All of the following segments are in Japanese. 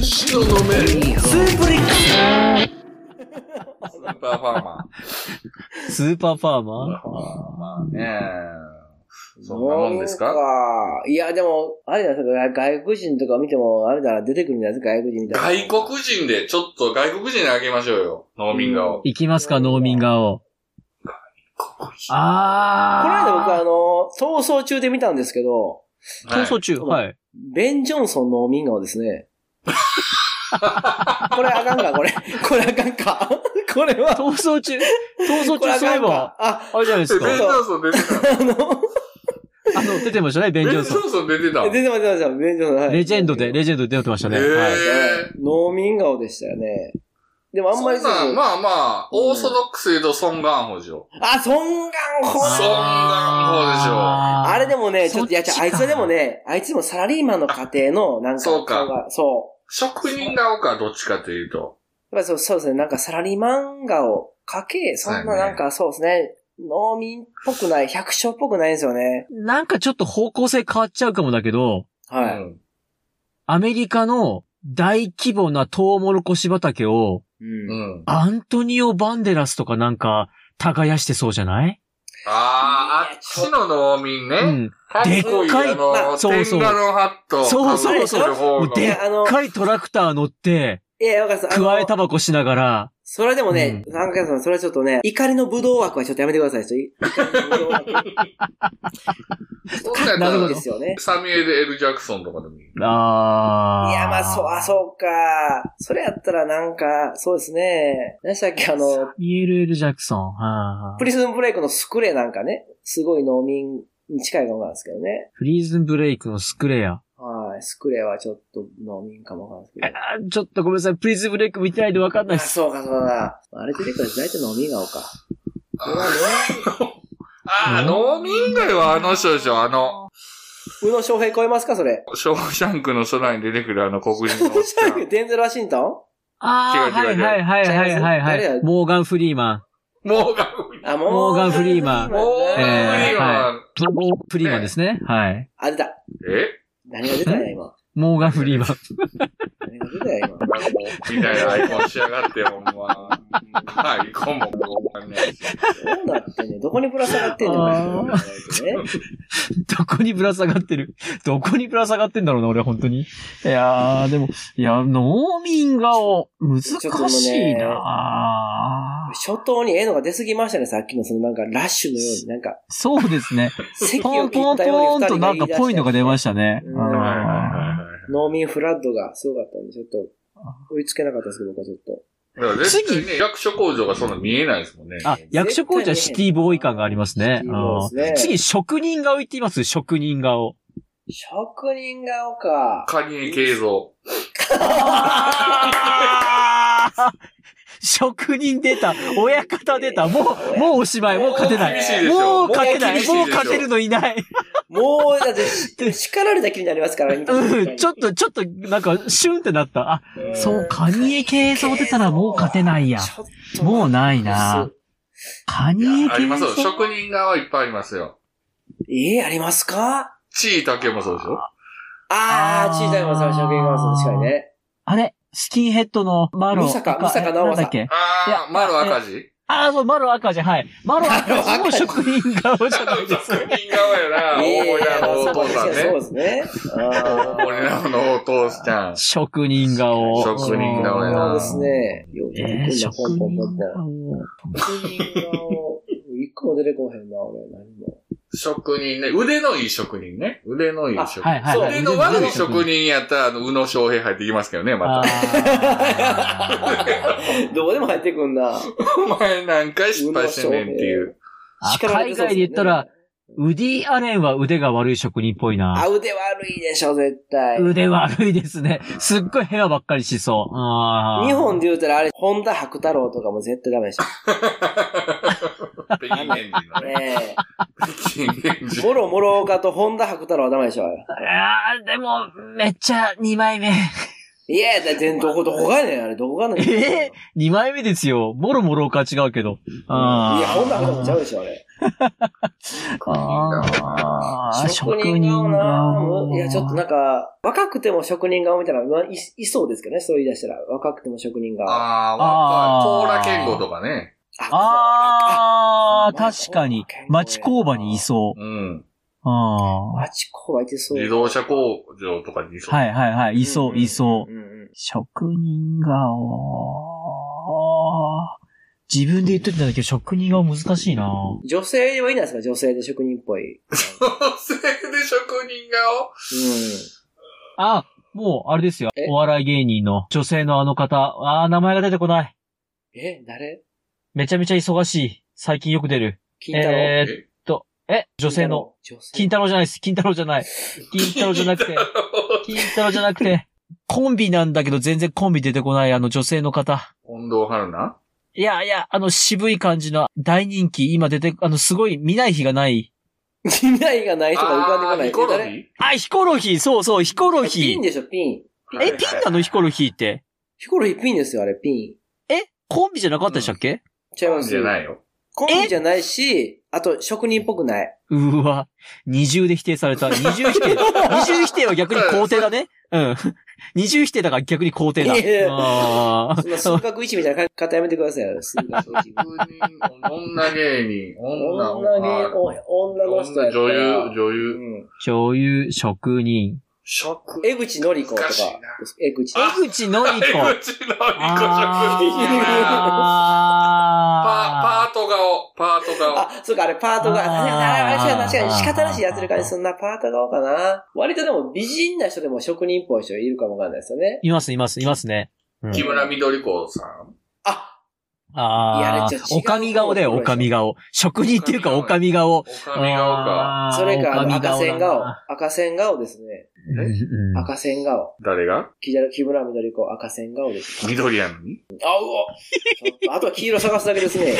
死の飲める。スープリックスーパーファーマー。ススーパーパーマーまあね。そんなもんですそうかかいや、でも、あれだ、外国人とか見ても、あれだな、出てくるんじゃないですか、外国人みたいな。外国人で、ちょっと外国人にあげましょうよ。農民顔。行きますか、農民顔。外国人あこの間僕、あは、の、逃走中で見たんですけど、逃はい走中、はい。ベン・ジョンソンのミンガオで すね。これあかんか、これ。これあかんか。これは。逃走中、逃走これ中あそういかえんかば、。あ、あれじゃないですえか。ベン・ジョンソン出てた。あの、あの、出てましたね、ベベンン・ジジョョンソン。ンソン出てた。出てました、出てました。ベン・ジョンソンはい。レジェンドで、レジェンドで出てましたね。へはい。え。ノーミン顔でしたよね。でもあんまりそんなんあ、まあまあ、うんオーソドックス言うとソン・ガンホジョ。あ、ソンガンホそんなん方でな。しょうあーあれでもね、ちょっと、いや、そちゃっうちかあいつはでもね、あいつもサラリーマンの家庭の、なんか、そうか顔がそう。職人顔か、どっちかというと。やっぱりそうそうですね、なんかサラリーマン画を描け、そんななんかそうですね、農民っぽくない、百姓っぽくないんですよね。なんかちょっと方向性変わっちゃうかもだけど、はい。うんアメリカの大規模なトウモロコシ畑を、うんうん。アントニオ・バンデラスとかなんか、耕してそうじゃないああ、あっちの農民うね。ん。かっこいでっい、かいあの、そうそう天下のハット。そうそうそうかぶってる方ものうでっあのかいトラクター乗って、いや、わかります。あの加えタバコしながら、それでもね、なんかさん、それはちょっとね、怒りの武道枠はちょっとやめてく ださい、ちょっと。怒りの武道枠そんなんやったなるらほいどいですよね。サミュエル・ L ・ジャクソンとかでもいい。あーいや、まあ、そう、あ、そうか。それやったらなんか、そうですね。何でしたっけ、あの、ミエル・エル・ジャクソン。はプいリズムブレイクのスクレなんかね、すごい農民に近いものなんですけどね。フリーズンブレイクのスクレア。はい。スクレはちょっと農民かもわかんないですけど。 あーちょっとごめんなさい。プリズンブレイク見てないでわかんないあ、です。そうか、そうだ。あれ出てくる大体飲み顔か。ああ、農民街はあの人でしょ、あの、宇野昌平超えますか、それ。ショーシャンクの空に出てくるあの黒人のおっちゃん。デンゼル・ワシントああ、違う違う違はいうはいはいはいはい違うは違い。うモーガン・フリーマン。モーガン・ンあ、もう。モーガンフリーマンモーガン・フリーマン。モーフリーマンですね。はい。あ、出た。え何が出たんや、今。モーガン・フリ ーマン。何が出たんや、今。みたいなアイコンしやがって、ほんま。アイコンもこう、あんなやつどうなってんねんどこにぶら下がってんねんあーね。どこにぶら下がってるどこにぶら下がってんだろうな、俺は本当に。いやー、でも、いや、農民顔、難ちょっともうしいねなー初頭に絵のが出すぎましたね、さっきのそのなんかラッシュのように、なんか、そうですね。席ポをン切ポっンたよポうにン二と人がな言んいか出したぽいのが出ましたね。ううんはいはいんはいはい農民フラッドがすごかったんで、ちょっと、追いつけなかったですけど、僕はちょっと。だから絶対ね、役所工場がそんな見えないですもんね。あ、役所工事はシティボーイ感がありますね。シティボーイですねうん次、職人顔言ってみます職 人顔。職人顔か。カニエ慶三。職人出た。親方出た。もう、もうおしまい。もう勝てな厳しいい。でしょもう勝てない。もう厳しいでしょもう勝てるのいない。もう、だって し、叱られた気になりますから、ねうん。ちょっと、ちょっと、なんか、シュンってなった。あ、うんそう、カニエ系像出たらもう勝てないや。ちょっともうないな。カニエ系像。ありますよ。職人側はいっぱいありますよ。ええありますか地位竹もそうでしょああーー、チータイムさん、職員ガス、確かにね。あれスキンヘッドのマロ。ムサカ赤ムサカナオなんマさんだっけあいあ、や丸赤字ああ、そう、マロ赤じゃ、はい。マロ赤字も職人顔じゃないです 職か。人側やな。大森なのお父さんそうねで。すね。大あ森なのお父 さん。 職人顔。職人顔やーなそうですね。よう出えてー、くんな、ポ職ンポンポン人ポン。顔。職人顔、一個も出てこへんな、俺、何も。職人ね。腕のいい職人ね。腕のいい職あはいはい人。はい腕の悪い職人やったら、あの、宇野昌平入ってきますけどね、また。 あどこでも入ってくん な。お前何回失敗してんねんっていう。ー海外で言ったら、、ウディ・アレンは腕が悪い職人っぽいあ、な。腕悪いでしょ、絶対。腕悪いですね。すっごいヘマばっかりしそう。あー日本で言うたらあれ、本田白太郎とかも絶対ダメ でしょ。 北京原人のね。ね北京原え。人。ボロモロ岡と本田白太郎はダメでしょ。あれあーでも、めっちゃ2枚目。いや、だってどこ、どこがやねん、あれ、どこがねん。えー2枚目ですよ。もろもろか違うけど。あーいや、本田白太郎ちゃうでしょ、あれ。ああ、職職人人顔な顔。いや、ちょっとなんか、若くても職人顔みたいな、まあ、いいそうですけどね、そう言い出したら。若くても職人顔。あああ、あー若い。コーラ健吾とかね。ああ、こう確かに。町工場にいそうん。う。ああ。マチコはいてそう。自動車工場とかにい そう。はいはいはい、いそう、いそうう。んうんうん。職人顔。自分で言っといたんだけど、職人顔難しいな。女性はいないですか女性で職人っぽい。女性で職人顔 あ、もう、あれですよえ。お笑い芸人の女性のあの方。ああ、名前が出てこない。うん。え、誰めちゃめちゃ忙しい。最近よく出る。金太郎。えーっと、え、女性の。。女性。 金太郎じゃないです。金太郎じゃない。金太郎じゃなく て、金太郎じゃなくて、コンビなんだけど全然コンビ出てこないあの女性の方。近藤春菜いやいや、あの渋い感じの大人気、今出て、あのすごい見ない日がない。未来がない人が浮かんでこあなーい。ヒコロヒえーあ、ヒコロヒー、そうそう、ヒコロ誰ピヒンー。でしょ、ピン。はいえ、ピンなのヒコロヒーって。ヒコロヒーピンですよ、あれ、ピえ、コンビじゃなかったでしたっけ、ン。ちゃいますじゃないよ。コンビじゃないし、あと、職人っぽくない。うーわ、二重で否定された。二重 否定。二重否定は逆に肯定だね。うん。二重否定だから逆に肯定だ。いやいやあーそんな数学一みたいな方やめてくださ いよ。数学一職人女芸人、女女に、はいお女の人女やったら女優、女う優。ん。女優、職人。職江口のり子とか難しいな。江口のり江口のり江口子の。り子職人パパーあト顔、パート子。顔。あ、そうか、あれパートが、あーあれ、あれ、確かに仕方なしでやってるから、そんなパート顔かな。割とでも美人な人でも職人っぽい人いるかもわかんないですよね。います、います、いますね。うん木村緑子さん。あ、あいやあれちょあっ、と違うおかみ顔だよ、おかみ顔。職人っていうか、おかみ顔。おかみ顔か。あーそれか、あの赤線。女将顔だな。赤線顔ですね。うんうん赤線顔。誰が木村木村緑子、赤線顔です。 緑やのにあ、うおちょっとあとは黄色探すだけですね。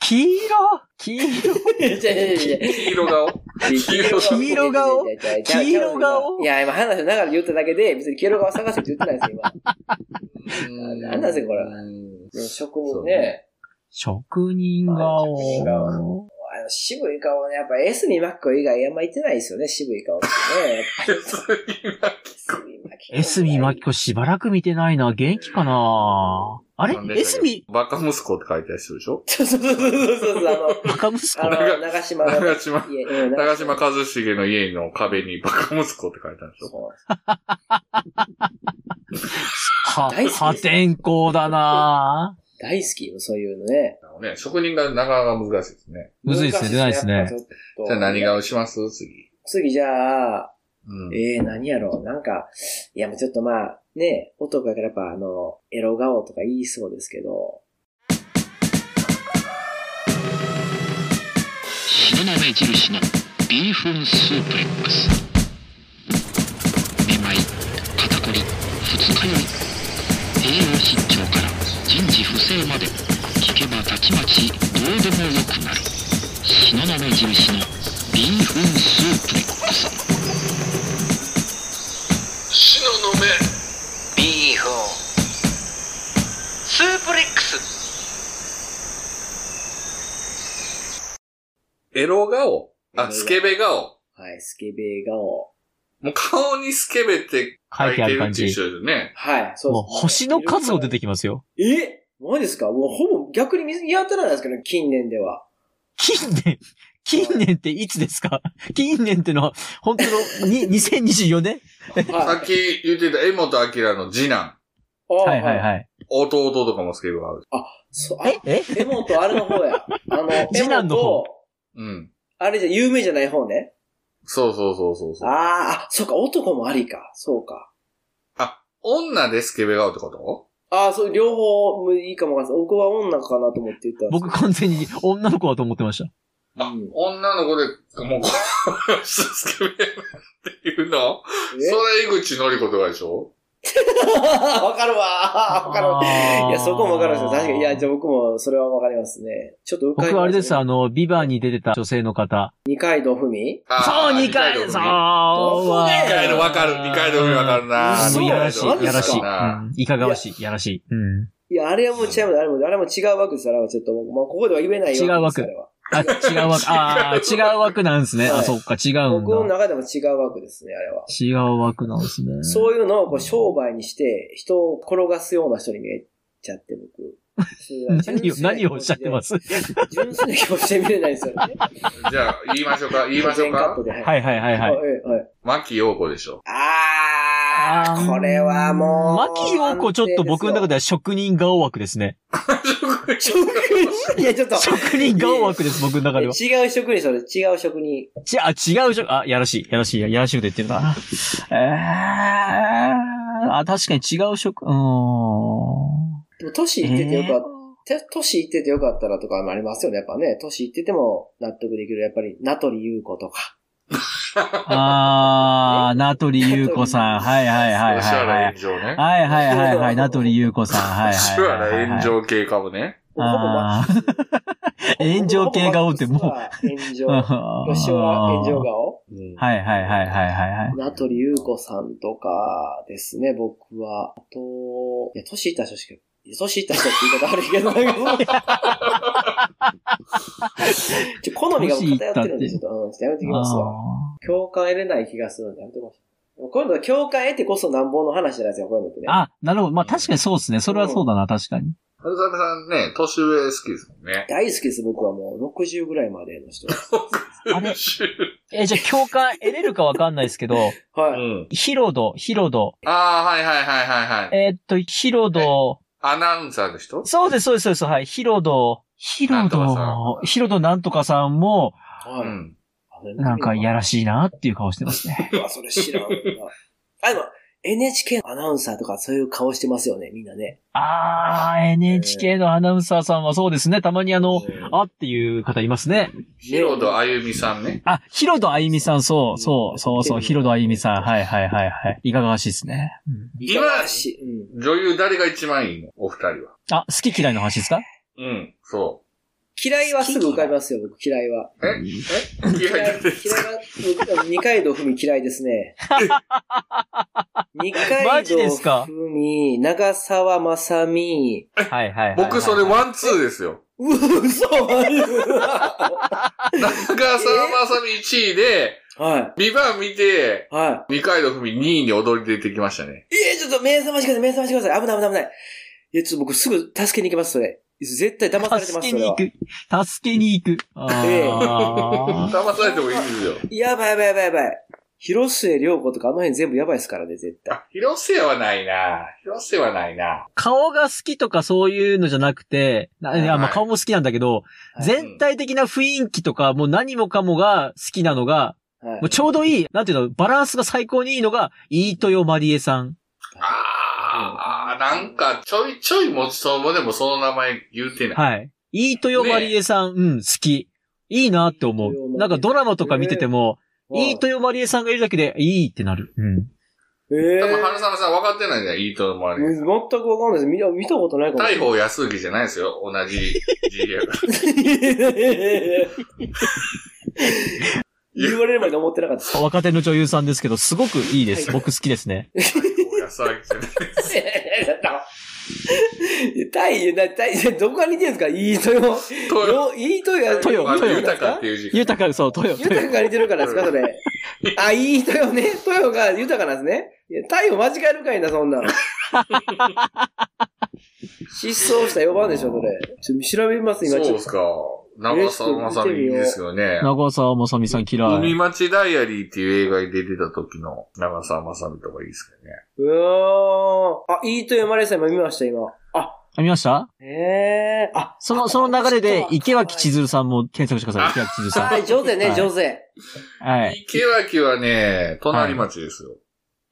黄色黄色いやいやいやいや黄色顔黄色黄色顔いやいやいやいや黄色顔いや、今話の流れで言っただけで、別に黄色顔探せって言ってないですよ、今。なんなんすかこれうんでも職人そうね。職人職人顔。顔あの渋い顔ね、やっぱエスミマッコ以外あんま言ってないですよね、渋い顔ってね。エスミマキコしばらく見てないな。元気かなあれエスミ、バカ息子って書いてある人でしょそうそうそうそうそう、バカ息子あの、あの、長島の長島、家うん長島和茂の家の壁にバカ息子って書いてあるでしょそうは、大好きです破天荒だな大好きよ、そういうのね。あのね、職人がなかなか難しいですね。むずいですね、出ないですやねっぱ。ちょっとじゃあ何がします次。次じゃあ、うん。ええ何やろうなんか、いや、もうちょっとまあ、ね、男やからやっぱあの、エロ顔とか言いそうですけど、白鍋印のビーフンスープレックスめまい肩こり二日酔い栄養失調から人事不正まで聞けばたちまちどうでもよくなる白鍋印のビーフンスープレックス東雲ビーフンスープレックスエロ顔エロあ、顔スケベ顔。はい、スケベ顔。もう顔にスケベって書いてるって一緒ですよね。はい、そうもうですね星の数を出てきますよ。え何ですかもうほぼ逆に見当たらないですけど、近年で は。近年、近年っていつですか 近年ってのは、本当の、に、2024年さはっき言ってた江本明の次男、い、い。はい。弟とかもスケベがある。そう、あ、ええエモとあれの方や。あの、 次男の方エモと。うん。あれじゃ、有名じゃない方ね。そうそうそうそうそう。あーあ、そうか、男もありか。そうか。あ、女でスケベ顔ってことああ、そう、両方もいいかもわかんないです。僕は女かなと思って言ったんです僕完全に女の子だと思ってました。あ、うん女の子で、もう、この人スケベっていうのそえれ井口のり子とかでしょ わかるわーわかるわあーいや、そこもわかるんですよ。確かに。いや、じゃあ僕もそれはわかりますね。ちょっと僕はあれです、あの。の、ビバーに出てた女性の方。二階堂ふみそう、二階で堂すさんどこで二階堂わかる。二階堂わかるな。あ嘘の、いやらしい、マジやっすらしい。かうんいかがわしい、やらしい。うん。いや、あれはもう違う、あれも、あれも違う枠です、あれはちょっと、もうここでは言えないよ。違う枠あれはあ、違う枠、ああ、違う枠なんですね。はあ、いそっか、違うん僕のだ。中でも違う枠ですね、あれは。違う枠なんですね。そういうのをこう商売にして、人を転がすような人に見えちゃって、僕。 何を、何をおっしゃってますすは純粋な気持ちで見れないですよね。じゃあ、言いましょう か、言いましょう全カッかト。ではいはいはいはい。いはい牧陽子でしょ。あー、これはもう。牧陽子ちょっと僕の中では職人顔枠ですね。職人いや、ちょっと。職人顔枠です、僕の中では。違う職人、それ。違う職人。ち、あ、違う職、あ、やらしい、やらしい、やらしいこと言ってるな。えー、あ、確かに違う職、うーん。でも、年行っててよかった。年行っててよかったらとかもありますよね。やっぱね、年行ってても納得できる。やっぱり、名取優子とか。あー、名取優子さん。はいはいはい吉はい、は原い。炎上ね。はいはいはいはい、名取優子さん。はい吉はいはい、は原い。炎上系かもね。ほぼマックス炎上系顔ってもうほぼマックス は炎上。吉吉原炎上。顔はいはいはいはいはいはい。名取優子さんとかですね、僕は。あと、いや、年いった人しか、いや年いった人って言い方悪いけど、なんかちょ好みがもう偏ってるんで、ちょっと、うん、ちょっとやめてきますわ。共感得れない気がするんで、やめてきます。こういうのは共感得てこそなんぼの話じゃないですよ、こういうのってね。あー、あなるほど。まあ確かにそうですね。それはそうだな、確かに。春雨さんね、年上好きですもんね。大好きです、僕はもう60ぐらいまでの人。あれうえ、じゃあ共感得れるかわかんないです けど、はい。ん。ヒロド、ヒロド。ああ、はいはいはいはいはい。えーっと、ヒロド、アナウンサーの人そうです、そうです、そうです、はい。ヒロド、ヒなロんとかさド、ヒロドなんとかさんも、はうい。ん。なんかいやらしいなっていう顔してますね。うわ、それ知らんな。あ、でも、NHK のアナウンサーとかそういう顔してますよね、みんなね。 あー、NHK のアナウンサーさんはそうですね。たまにあの、あっていう方いますね。ヒロドあゆみさんね。あ、ヒロドあゆみさん、そう、そう、そう、そう、ヒロドあゆみさん。はい、はい、はい、はい。いかがわしいですね。うんいかがわしい。うん。女優誰が一番いいのお二人は。あ、好き嫌いの話ですかうん、そ嫌いはすぐ浮かびますよ、僕、嫌いは。う。ええ嫌い嫌い、嫌誰いですかは、僕二階堂ふみ嫌いです ね。二マ階ジで堂すかふみ、長澤まさみ。はい、はいはい。僕それワンツーですよ。うわ、嘘 は長澤まさみ1位で、い。ビバン見て、は二階堂ふみ2位に踊り出てきましたね。い。えー、ちょっと目覚ましてください、目覚ましてください。危ない危ない危ない。いや、ちょっと僕すぐ助けに行きます、それ。絶対騙されて助ます、けそにれ行は。く。助けに行く。あー騙されてもいいんですよ。やばいやばいやばいやばい。広末涼子とかあの辺全部やばいですからね、絶対。あ、広瀬はないな広瀬はないな 顔が好きとかそういうのじゃなくて、ないや、まはあい顔も好きなんだけど、はい全体的な雰囲気とか、もう何もかもが好きなのが、はいもう。ちょうどいい、なんていうの、バランスが最高にいいのが、飯豊まりえさん。あー、なんか、ちょいちょい持ちそうもでもその名前言うてない。はい。飯豊まりえさん、うん、好き。いいなって飯思豊まりう。えなんかドラマとか見てても、はい飯豊まりえさんがいるだけで、いいってなる。うん。え多分、ー春雨さん分かってないんだよ、いいと思われ全くわかんないです。見た見たことないかも大砲安幸じゃないですよ、同じ GM。 言われるまで思ってなかった。若手の女優さんですけど、すごくいいです。はい僕好きですね。大砲安幸じゃない。 タイ、なタイ、どこが似てるんですかいいとよ。豊よいいとよ。 豊あの豊 豊かっていう字。 豊か、そう、豊、豊豊。かが似てるからですかそ れ。あ、いいとよね。とよが豊かなんですね。いやタイを間違えるかいな、そ んなん。失踪した4番でしょ、それ。ちょっと調べます、そ今。うちょでっすと。か。長澤まさみいいですよね。 長澤まさみさん嫌海い。町ダイアリーっていう映画に出てた時の長澤まさみとかいいですけどね。うわーあ、いいとよまれさん今見ました、今。あ、見ましたええー、あ、その、その流れで、池脇千鶴。鶴さんも検索してください。池脇千鶴さはい、上手ね、はい上手。ん。はい。池脇はね、隣町ですよ。はい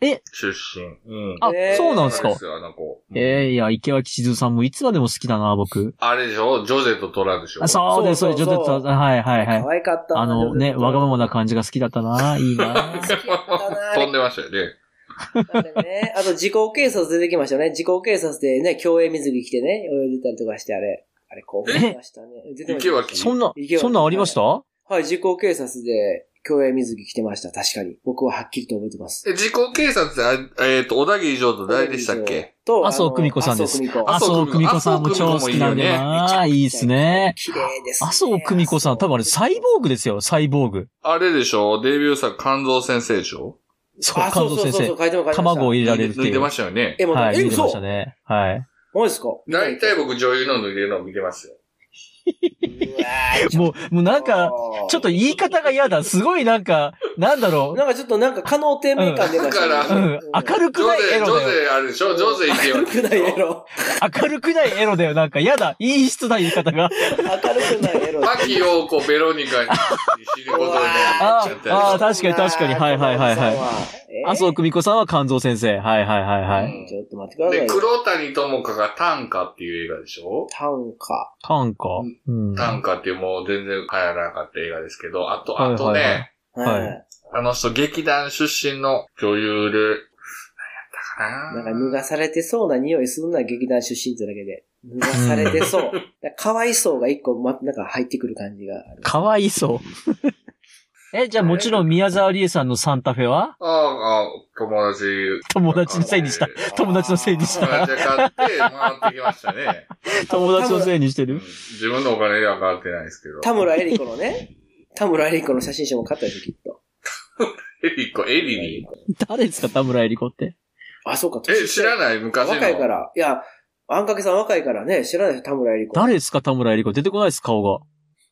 え出身。うん。あえ、ーそうなんです隣か町。よあの子。ええ、いや、池脇千鶴さんもいつまでも好きだな、僕。あれでしょジョゼとトラでしょあそうです、そうそうです、そうちょっと、はい、はい、はい可。愛かったなあのね、わがままな感じが好きだったな。いい な。飛んでましたよね。ね。あと、時効警察出てきましたね。時効警察でね、競泳水着着てね、泳いでたりとかして、あれ。あれ、興奮しましたね。出てました池脇そんな池、脇そんなんありましたはい、時効警察で競泳水着着てました。確かに。僕ははっきりと覚えてます。え、自己警察って、あえっ、と、小田切城と誰でしたっけと麻生久美子さんです麻生久美子麻生久美子さんも超好きなんだよな。いいっすね。綺麗です、ね。麻生久美子さん、多分あれ、サイボーグですよ、サイボーグ。あれでしょデビュー作、肝臓先生でしょそう、あ、そ関う東そうそうそ先う、書いても書いて生。ました卵を入れられるって抜いいてう。ましたよね。え、もう、はい、え、抜いてま嘘したね。はい。マジですか大体僕女優の抜いてるのを見てますよ。もう、もうなんか、、ちょっと言い方が嫌だ。すごいなんか、なんだろなんかちょっとなんか可能低迷感出ましたね。だう。うかん。明るジくョないエゼ、ジロだョよ。ゼあるでしょジョゼ池明る脇くないエロ。明るくないエロだよ。なんか嫌だ。いい質ない言い方が。明るくない エロ。滝陽子、ベロニカに死ぬことになっちゃったああや確かに確かにはいはいはいはいい麻生久美子さんは肝臓先生。はいはいはいはうい。んちょっと待ってつ。くだで、さいよ。黒谷友香が短歌っていう映画でしょ短歌。短歌。うん。短歌っていうもう全然流行らなかった映画ですけど、あと、はいあはいはといね、はいはい。あの人劇団出身の女優で、何やなったかんかな脱がされてそうな匂いするな、劇団出身ってだけで。脱がされて そう。だからかわいそうが一個、ま、なんか入ってくる感じがある。かわいそう。 え、じゃあもちろん宮沢りえさんのサンタフェはああ、ああ、友達。友達のせいにした。友達のせいにし友た。達が買って回ってきましたね。友達のせいにしてうんる。自分のお金では買ってないですけど。田村エリコのね、田村エリコの写真集も買ったでしょ、きっと。エリコ、エリに。誰ですか田村えり子って。あ、そうか、え、知らい。ない昔の。若いから。いや、あんかけさん若いからね、知らないでしょ、田村エリコ。誰ですか田村えり子。出てこないです、顔が。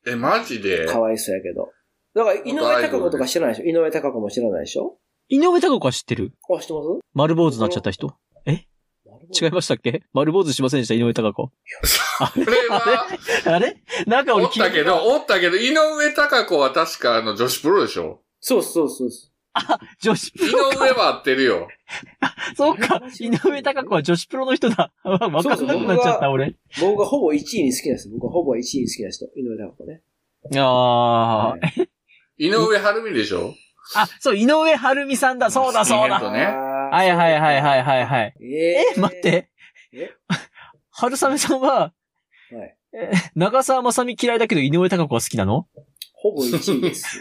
え、マジでかわいそうやけど。だから、井上貴子とか知らないでしょ井上貴子も知らないでしょ井上貴子は知ってる。あ、知ってます丸坊主になっちゃった人。違いまましたっけ丸坊主しませんでした、井上貴子。これは、あれなんかお 俺っ聞たいけど、おったけど、井上貴子は確かあの女子プロでしょそうそうそうそう。女子プ井ロか。上は合ってるよ。そうか。井上貴子は女子プロの人だ。 わわかんなくなっちゃった、俺。僕がほぼ1位に好きな人。僕はほぼ1位に好きな人。井上貴子ね。あー。井上晴美でしょあ、そう、井上晴美さんだ。そうだ、そうあだ。とねははいはいはいはいはいはい。い。ええ、ー待っ。てえ。春雨さんは、はい長澤まさみ嫌いだけど井上貴子は好きなのほぼ1位です。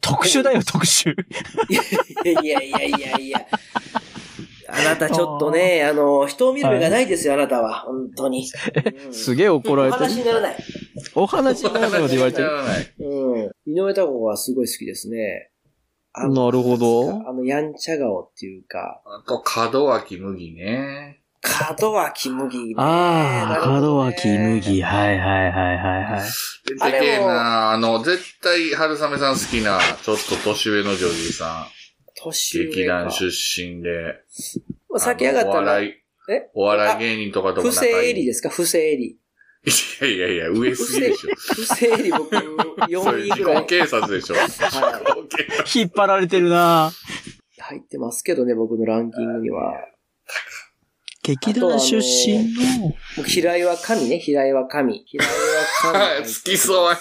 特集だよ、特集。いやいやいやいや。あなたちょっとね、あの、人を見る目がないですよ、あなたは。本当 に。うんげえ怒お話にならない。お話にならないこと言われてる。ならないうん。井上貴子はすごい好きですね。あなの、るほど。あのやんちゃ顔っていうか、あと、門脇麦ね。門脇麦ね。ああ、なるほ門どね脇麦。はいはいはいはいはい。出あてけれえもなあの、絶対、春雨さん好きな、ちょっと年上の女優さん。年上か。劇団出身で。まあ先上がったあのおら、笑い。えお笑い芸人とかとも不仲いい。正エリですか不正エリ。す。いやいやいや、上すぎでしょ。不正エ リ僕、そ4れ位自ぐらい己警察でしょ。は自己警察。引っ張られてるな入ってますけどね、僕のランキングには。劇団出身の、。もう平井は神ね、平井は神。平井は神 好きそうや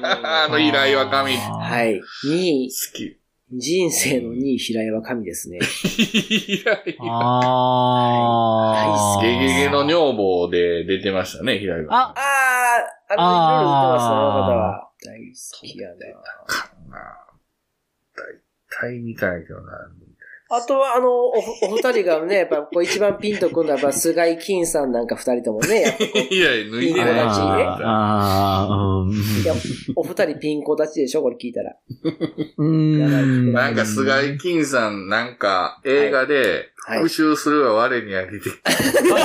なあの依頼は神。好はいい。2位、き。人生の2位、平井は神ですね。依頼。ああ。ゲゲゲの女房で出てましたね、平井は。あ、あー、あの、いろいろ言ってますね、あの方は。大好きやな。まあ、大体見たいけどな。あとは、あの、お、お二人がね、やっぱ、こう一番ピンとくんだ、やっぱ、菅井金さんなんか二人ともね、やっぱこういや、抜いて友ない達し。ああ、うんいや、お二人ピン子立ちでしょこれ聞いたら。うん。なんか、菅井金さん、なんか、映画で、はい復讐するは我にありで、はいはいはい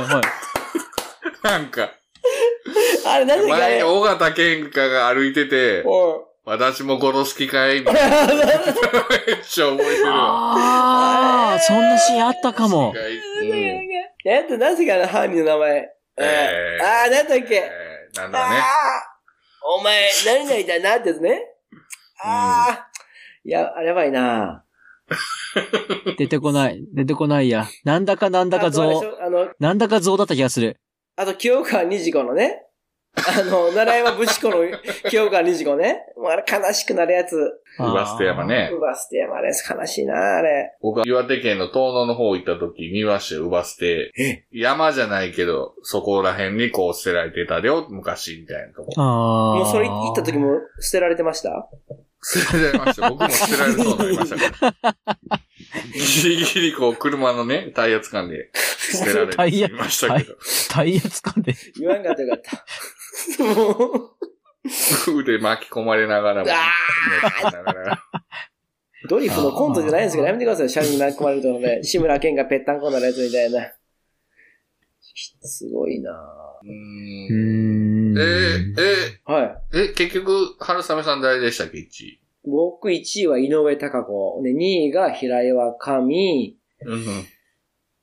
はいはい。なんか、あれ、なんだっけあ前れにお尾形健香が歩いてて、い私も殺す気かいみたいな。めっちゃ覚えてるわ。ああ、そんなシーンあったかも。菅井うんなんだっけなんだっけあの、犯人の名前。えーああ、なんだっけえーなんあだね。あお前、何々だなってやつね。ああ、いや、あれやばいな。出てこない。出てこないや。なんだかなんだかあとあれでし像。ょあの、なんだか像だった気がする。あと、清川二次子のね。あの、奈良山武士 子の清川二次子ね。もうあれ悲しくなるやつ。ウバステ山。ねう。わ、捨て山です。悲しいな、あれ。僕は岩手県の遠野の方行った時見ましたよ、ウバステ。山じゃないけど、そこら辺にこう捨てられてたよ、昔みたいなとこ。ああ。も うそれ行った時も捨てられてました捨てられました。僕も捨てられそうになりましたから。ギリギリこう、車のね、タイヤ掴んで捨てられてしまいましたけど。タイヤ掴んで。言わんかったよかった。 も腕巻き込まれながらも。う、あねードリフのコントじゃないんですけど、やめてください。シャミに巻き込まれるとか ね、志村けんがぺったんこになるやつみたいな。すごいなううーんん。えー、えぁはい。ー、え、結局、春雨さん誰でしたっけ、1位。僕1位は井上貴子。で、2位が平岩神。うんうん。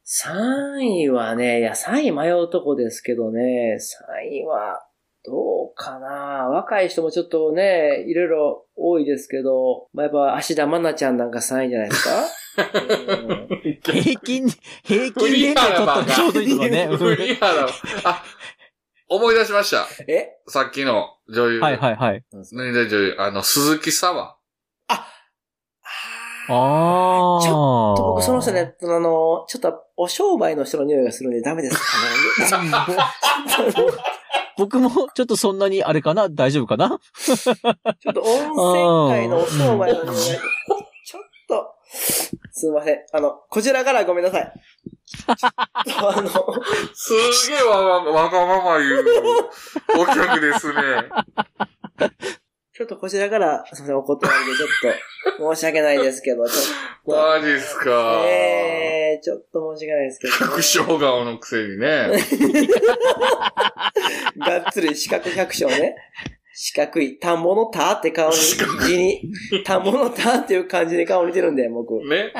3位はね、いや、3位迷うとこですけどね、3位は、どうかな若い人もちょっとね、いろいろ多いですけど、まあ、やっぱ、芦田愛菜ちゃんなんか3位じゃないですか、うん平 均、平均年齢取ったらちょうどいいとかね。うん栗原、あ、思い出しました。えさっきの女優。はいはいはい。年代女優、あの、鈴木沢。あーああ。ちょ僕、その人 ね、あの、ちょっと、お商売の人の匂いがするんでダメですかね。僕もちょっとそんなにあれかな大丈夫か なちょっと温泉街のお商売の匂い。ちょっと、すいません。あの、こちらからごめんなさい。ちょっとあの、すげえわ、わ、わがまま言う、お客です ね。ちょっとこちらから、すいません、お断りで、ちょっと、申し訳ないですけど、ちょっマジっすか。と。ええちょっと申し訳ないですけど、百姓顔のくせにね。 がっつり四角百姓ね。四角い、田んぼの田って顔に、字に、田んぼの田っていう感じで顔似てるんで、僕。うん。ね。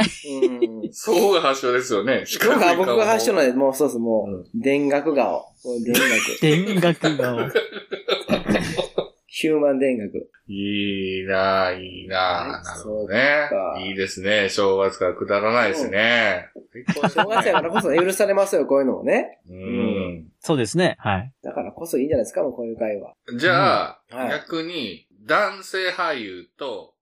そこが発祥ですよね。し僕が、僕が発祥の。なんで、もうそうです、もうう、田楽顔。もう田楽。電学が。ヒューマン田楽。いいなぁ、いいなぁ。なるほどねそうか。いいですね。正月からくだらないですね。最高ですね正月やからこそ許されますよ、こういうのもね。うん。そうですね。はい。だからこそいいんじゃないですか、もうこういう会は。じゃあ、うんはい逆に、男性俳優と